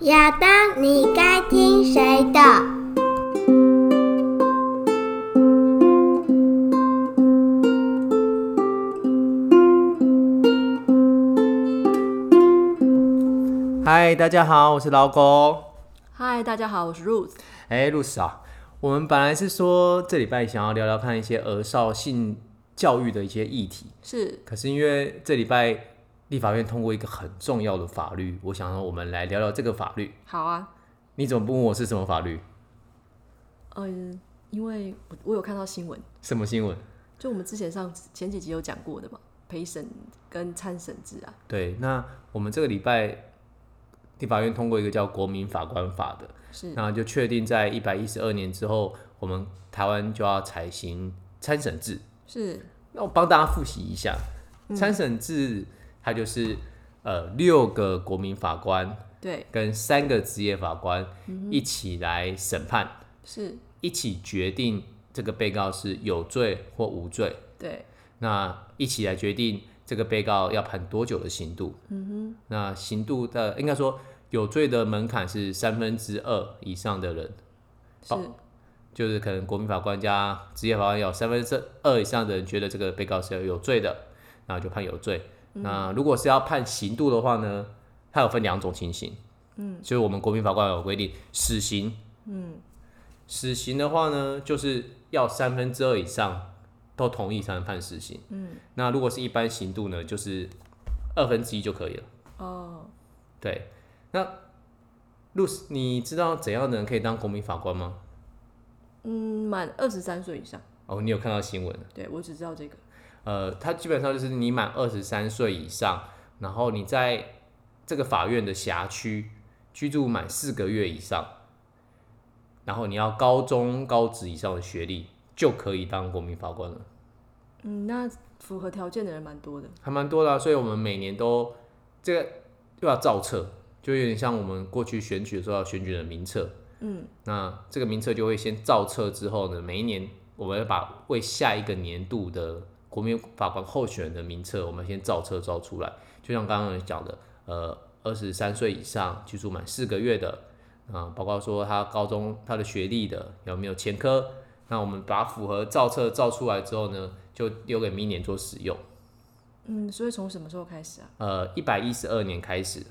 亚当，你该听谁的？嗨，大家好，我是老狗。嗨，大家好，我是 Ruth。哎，露丝啊，我们本来是说这礼拜想要聊聊看一些儿少性教育的一些议题，是可是因为这礼拜立法院通过一个很重要的法律，我想让我们来聊聊这个法律。好啊，你怎么不问我是什么法律？嗯，因为我我有看到新闻，什么新闻？就我们之前上前几集有讲过的嘛，陪审跟参审制啊，对，那我们这个礼拜立法院通过一个叫《国民法官法》的，是那就确定在一百一十二年之后，我们台湾就要采行参审制。是那我帮大家复习一下，参审制它就是呃六个国民法官对跟三个职业法官一起来审判，是一起决定这个被告是有罪或无罪，对那一起来决定这个被告要判多久的刑度。嗯哼，那刑度的应该说有罪的门槛是三分之二以上的人，是好就是可能国民法官加职业法官有三分之二以上的人觉得这个被告是有罪的，那就判有罪。那如果是要判刑度的话呢，它有分两种情形。嗯，就是我们国民法官有规定死刑。嗯，死刑的话呢，就是要三分之二以上都同意才能判死刑。嗯，那如果是一般刑度呢，就是二分之一就可以了。哦，对，那露丝，你知道怎样的人可以当国民法官吗？嗯，满二十三岁以上，哦，你有看到新闻？对我只知道这个，呃，它基本上就是你满二十三岁以上，然后你在这个法院的辖区居住满四个月以上，然后你要高中高职以上的学历就可以当国民法官了，嗯，那符合条件的人蛮多的，还蛮多的啊、所以我们每年都这个又要造册，就有点像我们过去选举的时候要选举的名册。嗯，那这个名册就会先造册之后呢，每一年我们要把为下一个年度的国民法官候选人的名册，我们先造册造出来。就像刚刚有讲的，呃，二十三岁以上，居住满四个月的，啊、包括说他高中他的学历的有没有前科，那我们把符合造册造出来之后呢，就留给明年做使用。嗯，所以从什么时候开始啊？呃，一百一十二年开始，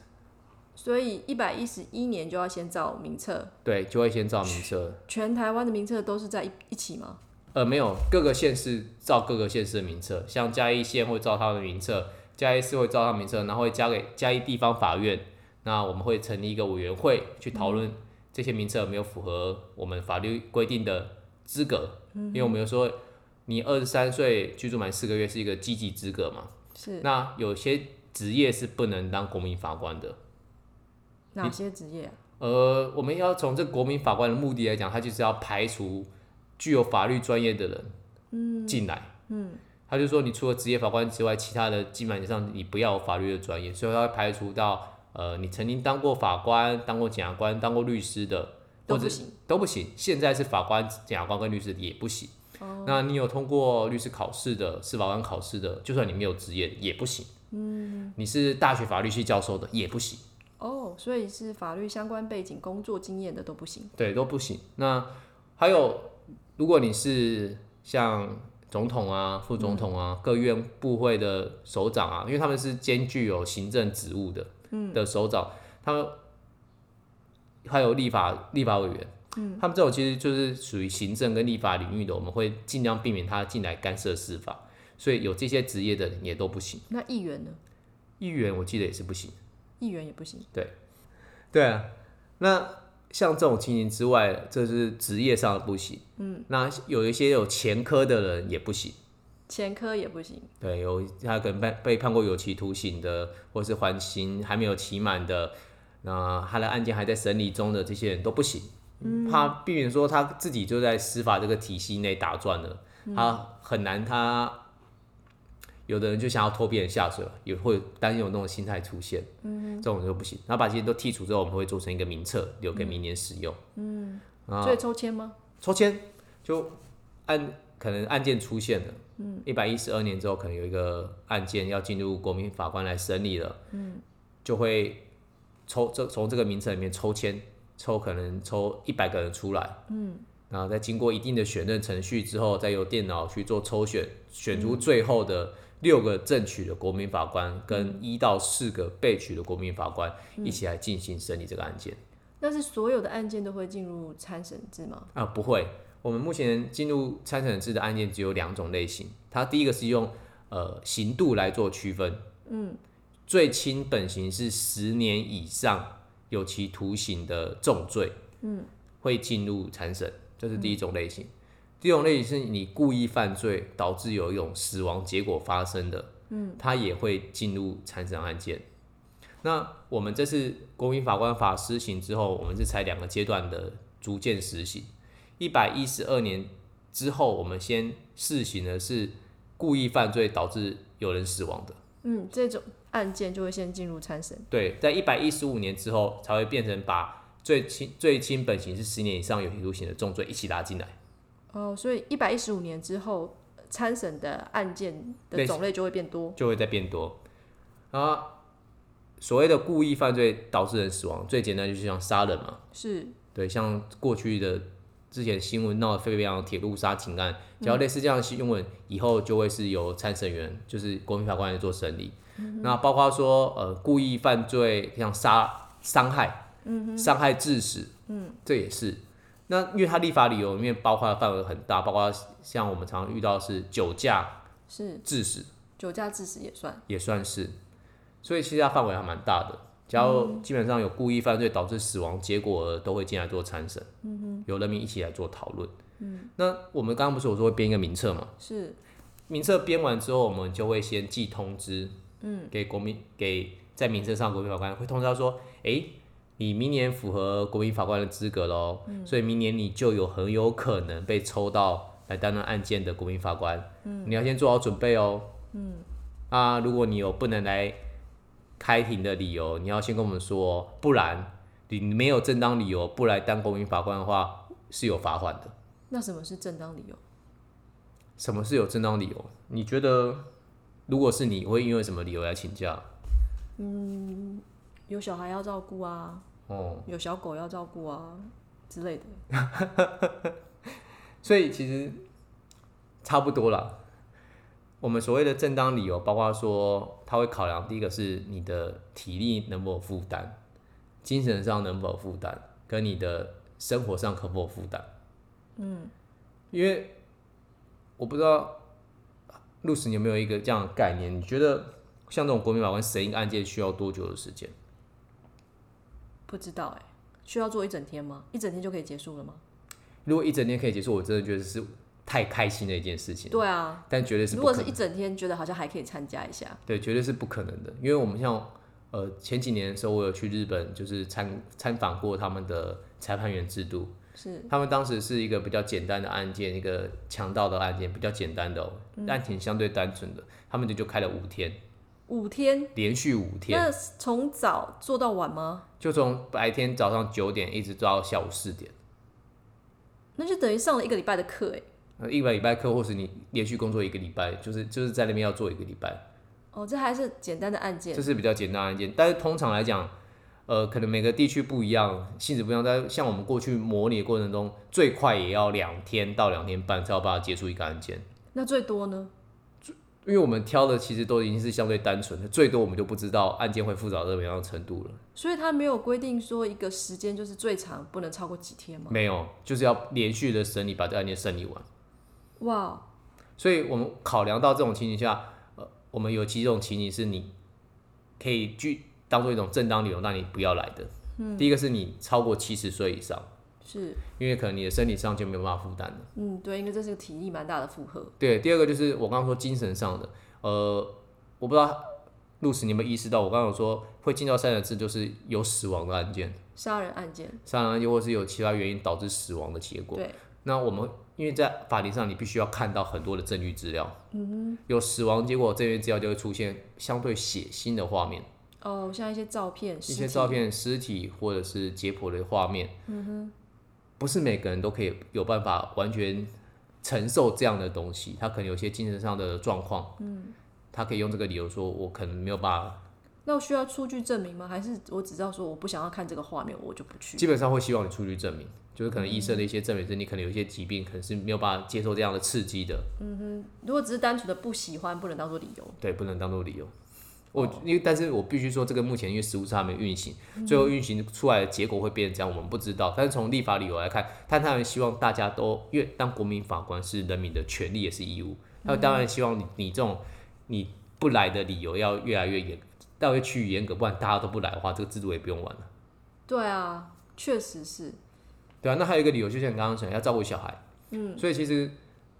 所以一百一十一年就要先造名册，对，就会先造名册。全台湾的名册都是在一一起吗？呃，没有，各个县市照各个县市的名册，像嘉义县会照它的名册，嘉义市会照它的名册，然后会交给嘉义地方法院。那我们会成立一个委员会去讨论这些名册有没有符合我们法律规定的资格，因为我们有说你二十三岁居住满四个月是一个积极资格嘛，是那有些职业是不能当国民法官的。哪些职业啊？呃，我们要从这国民法官的目的来讲，他就是要排除具有法律专业的人进来。嗯，他就说，你除了职业法官之外，其他的基本上你不要有法律的专业，所以他会排除到呃，你曾经当过法官、当过检察官、当过律师的，都或不者行都不行。现在是法官、检察官跟律师也不行。哦那你有通过律师考试的、司法官考试的，就算你没有职业也不行。嗯，你是大学法律系教授的也不行。哦，所以是法律相关背景、工作经验的都不行。对，都不行。那还有，如果你是像总统啊、副总统啊、各院部会的首长啊，因为他们是兼具有行政职务的，嗯，的首长，他们还有立法立法委员，嗯，他们这种其实就是属于行政跟立法领域的，我们会尽量避免他进来干涉司法，所以有这些职业的人也都不行。那议员呢？议员我记得也是不行。议员也不行。对啊，那像这种情形之外，这是职业上的不行。嗯，那有一些有前科的人也不行。前科也不行，对，有他可能被被判过有期徒刑的，或是缓刑还没有期满的，那他的案件还在审理中的这些人都不行，怕避免说他自己就在司法这个体系内打转了，他很难他。有的人就想要拖别人下水，也会担心有那种心态出现，嗯，这种就不行。然后把这些都剔除之后，我们会做成一个名册，留给明年使用。啊所以抽签吗？抽签就案可能案件出现了，嗯，一百一十二年之后可能有一个案件要进入国民法官来审理了，嗯，就会抽这从这个名册里面抽签，抽可能抽一百个人出来，嗯，然后再经过一定的选任程序之后，再由电脑去做抽选，选出最后的六个正取的国民法官跟一到四个被取的国民法官一起来进行审理这个案件。那是所有的案件都会进入参审制吗？啊，不会。我们目前进入参审制的案件只有两种类型，它第一个是用呃刑度来做区分，嗯，最轻本刑是十年以上有期徒刑的重罪，嗯，会进入参审，这是第一种类型。第二种类型是你故意犯罪导致有一种死亡结果发生的，嗯，它也会进入参审案件。那我们这次国民法官法施行之后，我们是采两个阶段的逐渐实行。一百一十二年之后，我们先试行的是故意犯罪导致有人死亡的。嗯，这种案件就会先进入参审。对，在一百一十五年之后才会变成把最轻最轻本刑是十年以上有期徒刑的重罪一起拉进来。哦，所以一百一十五年之后，参审的案件类的似种类就会变多。就会再变多。啊，所谓的故意犯罪导致人死亡，最简单就是像杀人嘛，是，对，像过去的之前新闻闹得沸沸扬扬的铁路杀警案，只要类似这样的新闻，以后就会是由参审员，就是国民法官来做审理。那包括说呃故意犯罪，像杀伤害，伤害致死，嗯，这也是。那因为它立法理由里面包括的范围很大，包括像我们常常遇到的是酒驾是致死，酒驾致死也算。也算是，所以其实它范围还蛮大的。只要基本上有故意犯罪导致死亡结果的，都会进来做参审，嗯、由人民一起来做讨论。嗯、那我们刚刚不是有说会编一个名册嘛？是，名册编完之后，我们就会先寄通知，嗯，给国民给在名册上的国民法官会通知他说，诶，你明年符合国民法官的资格喽，所以明年你就有很有可能被抽到来担任案件的国民法官，嗯，你要先做好准备哦，嗯，啊，如果你有不能来开庭的理由，你要先跟我们说哦，不然你没有正当理由不来当国民法官的话是有罚款的。那什么是正当理由？什么是有正当理由？你觉得如果是你会因为什么理由来请假？有小孩要照顾啊，哦，有小狗要照顾啊之类的。所以其实差不多啦。我们所谓的正当理由，包括说他会考量第一个是你的体力能否负担，精神上能否负担，跟你的生活上可否负担。嗯，因为我不知道露丝你有没有一个这样的概念？你觉得像这种国民法官审一个案件需要多久的时间？不知道哎、需要做一整天吗？一整天就可以结束了吗？如果一整天可以结束，我真的觉得是太开心的一件事情。对啊，但绝对是如不果可是能一整天，觉得好像还可以参加一下。对，绝对是不可能的。因为我们像呃前几年的时候，我有去日本，就是参参访过他们的裁判员制度。是，他们当时是一个比较简单的案件，一个强盗的案件，比较简单的、哦嗯案情相对单纯的，他们就就开了五天，五天，连续五天，那从早做到晚吗？就从白天早上九点一直到下午四点。那就等于上了一个礼拜的课哎、呃，一个礼拜课，或是你连续工作一个礼拜，就是就是在那边要做一个礼拜。哦，这还是简单的案件这，是比较简单的案件。但是通常来讲，呃，可能每个地区不一样，性质不一样。但像我们过去模拟的过程中，最快也要两天到两天半才有办法结束一个案件。那最多呢？因为我们挑的其实都已经是相对单纯的，最多我们就不知道案件会复杂到什么样的程度了。所以他没有规定说一个时间就是最长不能超过几天吗？没有，就是要连续的审理，把这个案件审理完。嗯哇，所以我们考量到这种情形下，呃，我们有几种情形是你可以去当做一种正当理由，让你不要来的。嗯、第一个是你超过七十岁以上。是，因为可能你的身体上就没有办法负担了。嗯，对，因为这是个体力蛮大的负荷。对，第二个就是我刚刚说精神上的，呃，我不知道露丝你有没有意识到，我刚刚有说会进到三人制，就是有死亡的案件，杀人案件，杀人案件或是有其他原因导致死亡的结果。对，那我们因为在法庭上，你必须要看到很多的证据资料，嗯有死亡结果证据资料就会出现相对血腥的画面，哦，像一些照片，一尸些体照，片、尸体或者是解剖的画面，嗯哼，不是每个人都可以有办法完全承受这样的东西，他可能有些精神上的状况，嗯，他可以用这个理由说，我可能没有办法那我需要数据证明吗？还是我只知道说我不想要看这个画面，我就不去？基本上会希望你出具证明，就是可能医生的一些证明是你可能有一些疾病，可能是没有办法接受这样的刺激的，如果只是单纯的不喜欢，不能当做理由。对，不能当做理由。我因为，但是我必须说，这个目前因为实务上还没有运行，最后运行出来的结果会变成这样，我们不知道。但是从立法理由来看，但他们希望大家都，因为当国民法官是人民的权利也是义务，他当然希望你你这种你不来的理由要越来越严，到越趋于严格，不然大家都不来的话，这个制度也不用玩了。对啊，确实是。对啊，那还有一个理由，就像你刚刚讲，要照顾小孩。嗯，所以其实，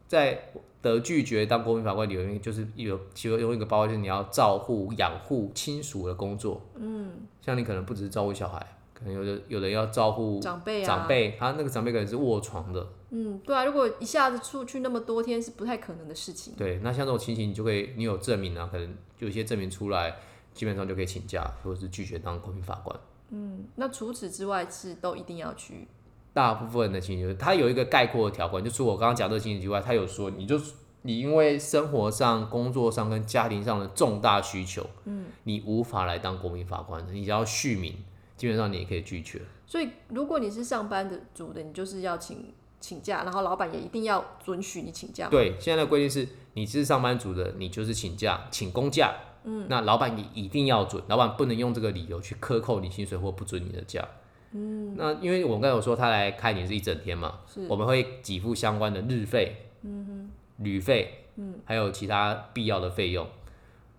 在得拒绝当国民法官理由，就是有其中有一个包括就是你要照护、养护亲属的工作。嗯，像你可能不只是照顾小孩，可能有的有人要照顾长辈啊长辈他那个长辈可能是卧床的。嗯，对啊，如果一下子出去那么多天是不太可能的事情。对，那像这种情形，你就会你有证明啊，可能有一些证明出来，基本上就可以请假或者是拒绝当国民法官。嗯，那除此之外是都一定要去。大部分的情形，它有一个概括的条款，就除我刚刚讲这个情形之外，它有说，你就你因为生活上、工作上跟家庭上的重大需求，嗯，你无法来当国民法官，你只要续名，基本上你也可以拒绝。所以如果你是上班的族的，你就是要请请假，然后老板也一定要准许你请假。对，现在的规定是，你是上班族的，你就是请假，请公假，嗯，那老板也一定要准，老板不能用这个理由去克扣你薪水或不准你的假。嗯，那因为我刚才有说他来开你是一整天嘛，是我们会给付相关的日费，嗯旅费，嗯，还有其他必要的费用。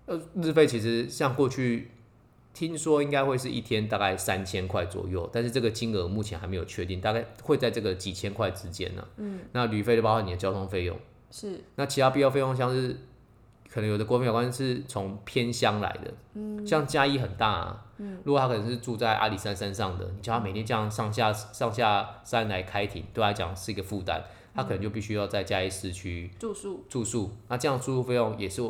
呃，日费其实像过去听说应该会是一天大概三千块左右，但是这个金额目前还没有确定，大概会在这个几千块之间呢、嗯，那旅费就包括你的交通费用，是那其他必要费用像是可能有的国民法官是从偏乡来的，嗯，像嘉义很大、啊，嗯，如果他可能是住在阿里山山上的，你叫他每天这样上下上下山来开庭，对他来讲是一个负担，他可能就必须要在嘉义市区住宿、住宿，那这样住宿费用也是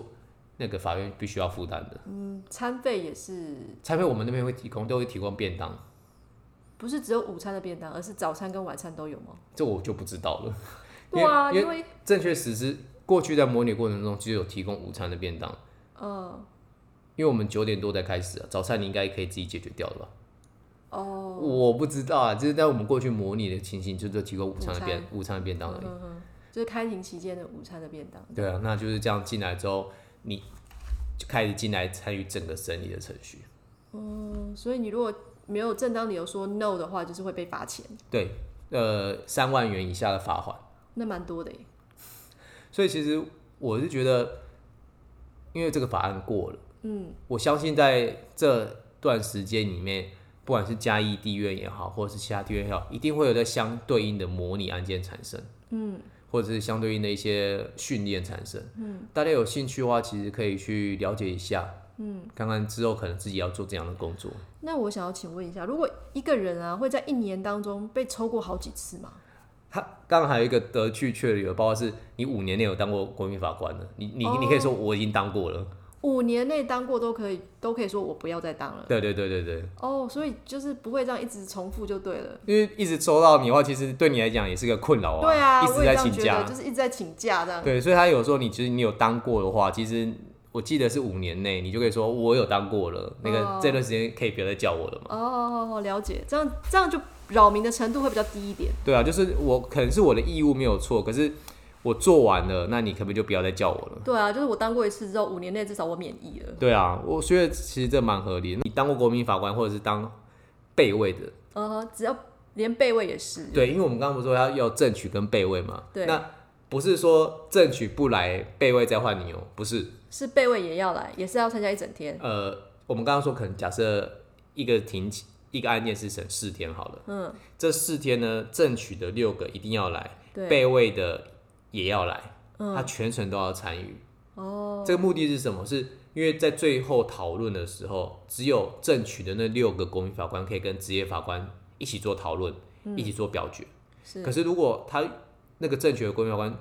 那个法院必须要负担的。嗯餐费也是，餐费我们那边会提供，都会提供便当，不是只有午餐的便当，而是早餐跟晚餐都有吗？这我就不知道了。因为对啊，因为因为正确实施过去在模拟过程中，其实有提供午餐的便当，嗯因为我们九点多才开始、啊，早餐你应该可以自己解决掉的吧？哦，我不知道啊，就是在我们过去模拟的情形，就是提供午餐的便午餐的便当而已。嗯哼，就是开庭期间的午餐的便当。对啊，那就是这样进来之后，你就开始进来参与整个审理的程序。嗯，所以你如果没有正当理由说 no 的话，就是会被罚钱，对，呃，三万元以下的罚款。那蛮多的耶。所以其实我是觉得，因为这个法案过了，嗯，我相信在这段时间里面，不管是嘉义地院也好，或者是其他地院也好，一定会有在相对应的模拟案件产生，嗯，或者是相对应的一些训练产生，嗯，大家有兴趣的话，其实可以去了解一下，嗯，看看之后可能自己要做这样的工作。那我想要请问一下，如果一个人啊会在一年当中被抽过好几次吗？他刚刚还有一个得去确的理由，包括是你五年内有当过国民法官的，你你你可以说我已经当过了，五年内当过都可以，都可以说我不要再当了。对对对对对。哦，所以就是不会这样一直重复就对了。因为一直收到你的话，其实对你来讲也是个困扰啊。对啊，一直我也在这样请觉假得，。就是一直在请假这样。对，所以他有时候你其实你有当过的话，其实我记得是五年内，你就可以说我有当过了，那个哦这段时间可以不要再叫我了嘛。哦，了解，这样这样就扰民的程度会比较低一点。对啊，就是我可能是我的义务没有错，可是我做完了，那你可不可以就不要再叫我了？对啊，就是我当过一次之后，五年内至少我免疫了。对啊，我觉得其实这蛮合理的。你当过国民法官或者是当备位的，嗯哼，只要连备位也是。对，因为我们刚刚不是说要要正取跟备位嘛，对那不是说正取不来，备位再换你哦，不是，是备位也要来，也是要参加一整天。呃，我们刚刚说可能假设一个庭起一个案件是审四天好了，嗯，这四天呢，正取的六个一定要来，对。嗯备位的也要来，他全程都要参与。哦，这个目的是什么？是因为在最后讨论的时候，只有正取的那六个国民法官可以跟职业法官一起做讨论，一起做表决。嗯是。可是如果他那个正确的国民法官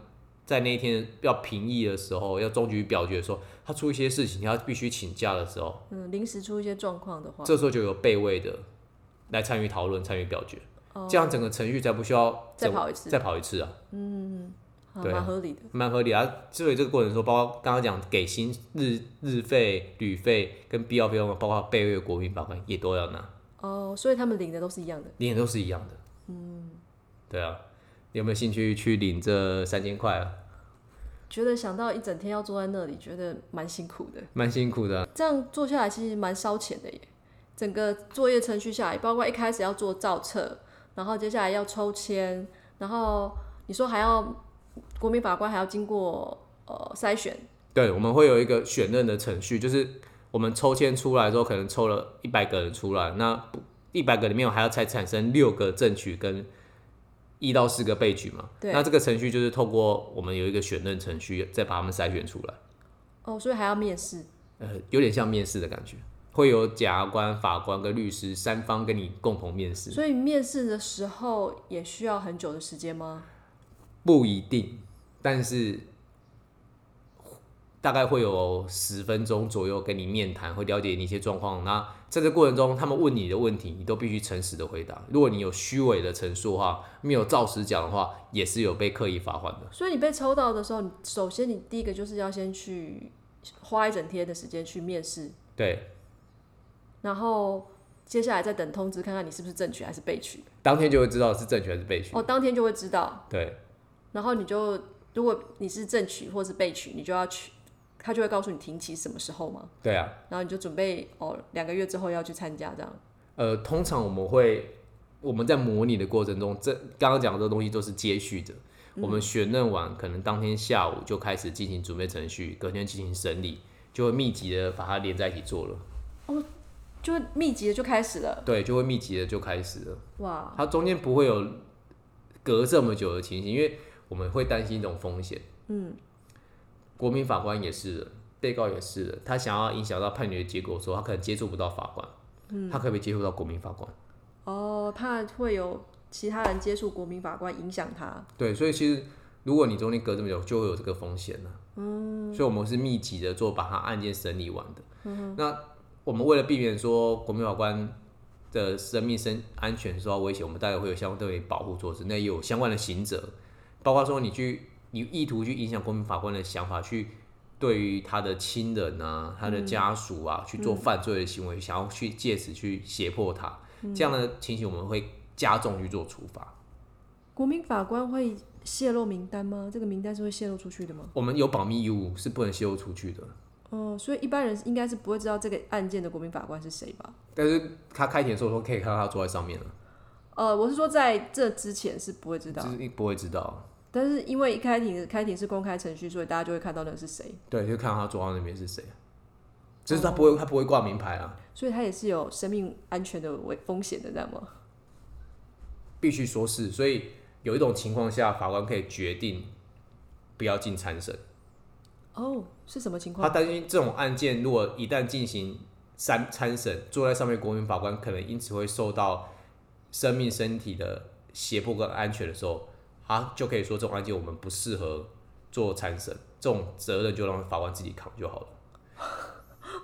在那一天要评议的时候，要终局表决的时候，他出一些事情，他必须请假的时候，嗯，临时出一些状况的话，这时候就有备位的来参与讨论、参与表决，这样整个程序才不需要哦再整跑一次再跑一次啊。啊对啊蛮合理的。蛮合理啊。所以这个过程中，包括刚刚讲给薪日日费、旅费跟必要费用，包括备位国民法官也都要拿，哦，所以他们领的都是一样的。领的都是一样的。嗯，对啊，你有没有兴趣去领这三千块啊？觉得想到一整天要坐在那里，觉得蛮辛苦的。蛮辛苦的啊、这样做下来其实蛮烧钱的耶。整个作业程序下来，包括一开始要做造册，然后接下来要抽签，然后你说还要国民法官还要经过呃筛选，对，我们会有一个选任的程序，就是我们抽签出来之后，可能抽了一百个人出来，那一百个里面我还要才产生六个正取跟一到四个备取嘛。对那这个程序就是透过我们有一个选任程序，再把他们筛选出来。哦，所以还要面试。呃，有点像面试的感觉，会有检察官、法官跟律师三方跟你共同面试，所以面试的时候也需要很久的时间吗？不一定，但是大概会有十分钟左右跟你面谈，会了解你一些状况。那在这过程中，他们问你的问题，你都必须诚实的回答。如果你有虚伪的陈述的话，没有照实讲的话，也是有被刻意罚款的。所以你被抽到的时候，你首先你第一个就是要先去花一整天的时间去面试，对，然后接下来再等通知看看你是不是正取还是被取。当天就会知道是正确还是被取。哦，当天就会知道。对然后你就如果你是正取或是被取，你就要去，他就会告诉你停期什么时候嘛，对啊，然后你就准备哦两个月之后要去参加这样。呃，通常我们会我们在模拟的过程中，这刚刚讲的这东西都是接续的。我们选任完，可能当天下午就开始进行准备程序，隔天进行审理，就会密集的把它连在一起做了。就密集的就开始了，对，就会密集的就开始了。哇！它中间不会有隔这么久的情形，因为我们会担心一种风险。嗯，国民法官也是人，被告也是人，他想要影响到判决结果的时候，他可能接触不到法官，他可不可以接触到国民法官？哦，怕会有其他人接触国民法官影响他，对，所以其实如果你中间隔这么久，就会有这个风险了。嗯，所以我们是密集的做把它案件审理完的。嗯，那我们为了避免说国民法官的生命生安全受到威胁，我们大概会有相对的保护措施，那也有相关的刑责，包括说你去你意图去影响国民法官的想法去。对于他的亲人啊，他的家属啊，去做犯罪的行为，想要去借此去胁迫他，这样的情形我们会加重去做处罚。国民法官会泄露名单吗？这个名单是会泄露出去的吗？我们有保密义务，是不能泄露出去的。哦，所以一般人应该是不会知道这个案件的国民法官是谁吧？但是他开庭的时候说可以看到他坐在上面了，呃，我是说在这之前是不会知道就，是你不会知道，但是因为一开庭开庭是公开程序，所以大家就会看到那个是谁。对，就看到他坐到那边是谁。就是他不会，他不会挂名牌啊，所以它也是有生命安全的危风险的，这样吗？必须说是。所以有一种情况下，法官可以决定不要进参审。哦，是什么情他况？担心这种案件如果一旦进行参参审，坐在上面的国民法官可能因此会受到生命、身体的胁迫跟安全的时候，他就可以说这种案件我们不适合做参审，这种责任就让法官自己扛就好了。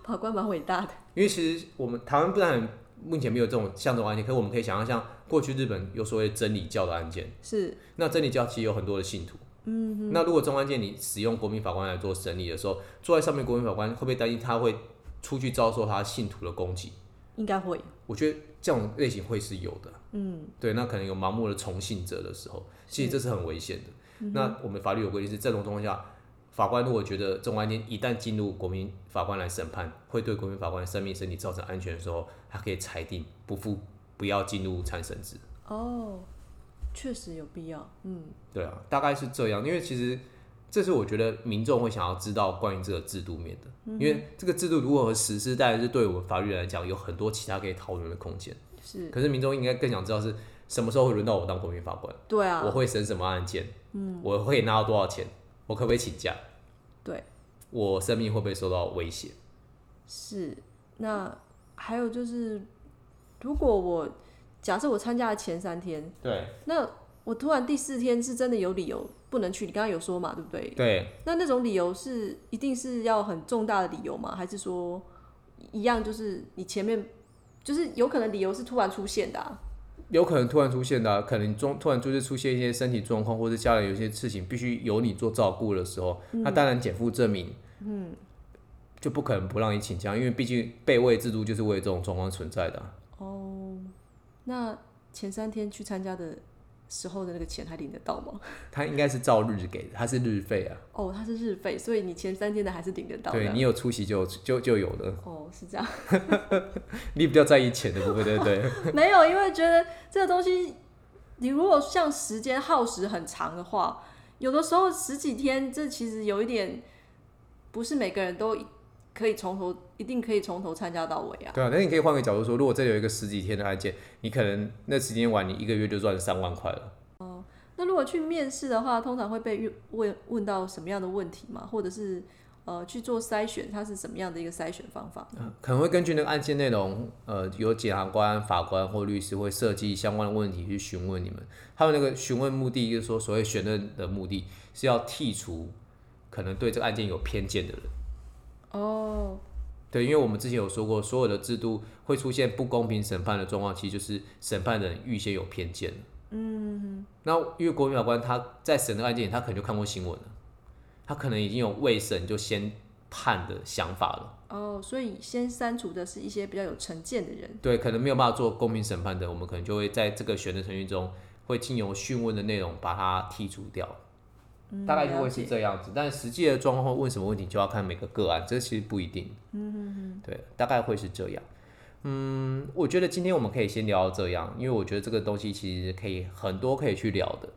法官蛮伟大的，因为其实我们台湾不然目前没有这种像这种案件，可是我们可以想象，像过去日本有所谓真理教的案件，是那真理教其实有很多的信徒。嗯，那如果中案件你使用国民法官来做审理的时候，坐在上面国民法官会不会担心他会出去遭受他信徒的攻击？应该会我觉得这种类型会是有的。嗯，对，那可能有盲目的从信者的时候，其实这是很嗯危险的。那我们法律有规定是，这种状况下，法官如果觉得这种案件一旦进入国民法官来审判，会对国民法官的生命、身体造成安全的时候，他可以裁定不付，不要进入参审制。哦，确实有必要。嗯，对啊，大概是这样。因为其实这是我觉得民众会想要知道关于这个制度面的，因为这个制度如何实施，当然是对我们法律来讲有很多其他可以讨论的空间。是可是民众应该更想知道是什么时候会轮到我当国民法官，对啊我，会审什么案件，嗯，我会拿到多少钱，我可不可以请假，对我生命会不会受到威胁？是。那还有就是，如果我假设我参加了前三天，对那我突然第四天是真的有理由不能去，你刚刚有说嘛，对不对？对，那那种理由是一定是要很重大的理由吗？还是说一样就是你前面就是有可能理由是突然出现的、啊？有可能突然出现的啊、可能中突然就是出现一些身体状况，或者家人有些事情必须由你做照顾的时候，那当然减负证明，嗯，就不可能不让你请假，因为毕竟备位制度就是为这种状况存在的啊、哦，那前三天去参加的时候的那个钱还领得到吗？他应该是照日给的，他是日费啊，哦，它是日费，所以你前三天的还是领得到对的啊你。有出席就有就就有的，哦，是这样，你比较在意钱的部分， 对不对？ 没有，因为觉得这个东西，你如果像时间耗时很长的话，有的时候十几天，这其实有一点不是每个人都可以从头，一定可以从头参加到尾啊。对啊，那你可以换个角度说，如果这里有一个十几天的案件，你可能那十几天完，你一个月就赚三万块了。那如果去面试的话，通常会被问问到什么样的问题吗？或者是呃去做筛选，它是什么样的一个筛选方法？可能会根据那个案件内容，呃，有检察官、法官或律师会设计相关的问题去询问你们。他们那个询问目的，就是说所谓选任的目的是要剔除可能对这个案件有偏见的人。哦，对，因为我们之前有说过，所有的制度会出现不公平审判的状况，其实就是审判人预先有偏见嗯，那因为国民法官他在审的案件里，他可能就看过新闻了，他可能已经有未审就先判的想法了。哦，所以先删除的是一些比较有成见的人。对，可能没有办法做公平审判的，我们可能就会在这个选择程序中，会经由讯问的内容把它剔除掉，嗯大概就了会是解这样子。但实际的状况会问什么问题，就要看每个个案，这其实不一定。嗯对，大概会是这样。嗯，我觉得今天我们可以先聊到这样，因为我觉得这个东西其实可以很多可以去聊的。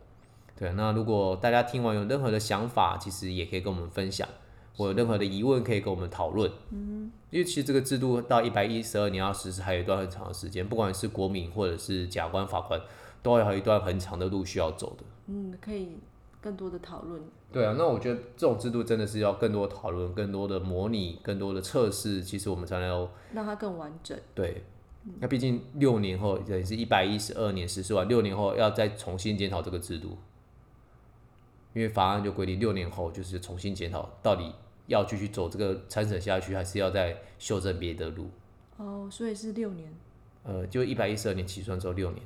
对，那如果大家听完有任何的想法，其实也可以跟我们分享，或有任何的疑问可以跟我们讨论。因为其实这个制度到一百一十二年要实施，还有一段很长的时间，不管是国民或者是假官、法官，都还有一段很长的路需要走的。嗯，可以更多的讨论。对啊，那我觉得这种制度真的是要更多讨论、更多的模拟、更多的测试，其实我们才能够让它更完整。对对。那毕竟六年后，等于是一百一十二年实施完，六年后要再重新检讨这个制度，因为法案就规定六年后就是重新检讨，到底要继续走这个参审下去，还是要再修正别的路？哦，所以是六年呃，就一百一十二年起算之后六年。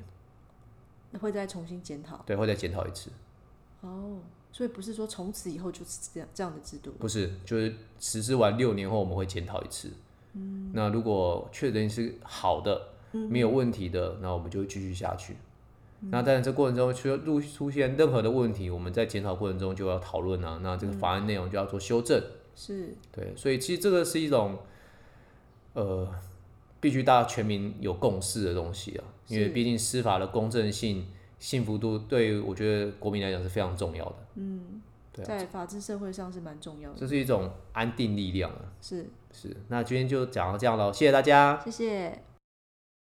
会再重新检讨。对，会再检讨一次。哦，所以不是说从此以后就是这样这样的制度。不是，就是实施完六年后我们会检讨一次。嗯，那如果确认是好的，没有问题的，那我们就继续下去。那当然，这过程中出入出现任何的问题，我们在检讨过程中就要讨论啊。那这个法案内容就要做修正。是，对，所以其实这个是一种，呃，必须大家全民有共识的东西啊，因为是毕竟司法的公正性、幸福度，对于我觉得国民来讲是非常重要的。嗯，对啊，在法治社会上是蛮重要这的。是一种安定力量啊。是，是，那今天就讲到这样喽，谢谢大家。谢谢。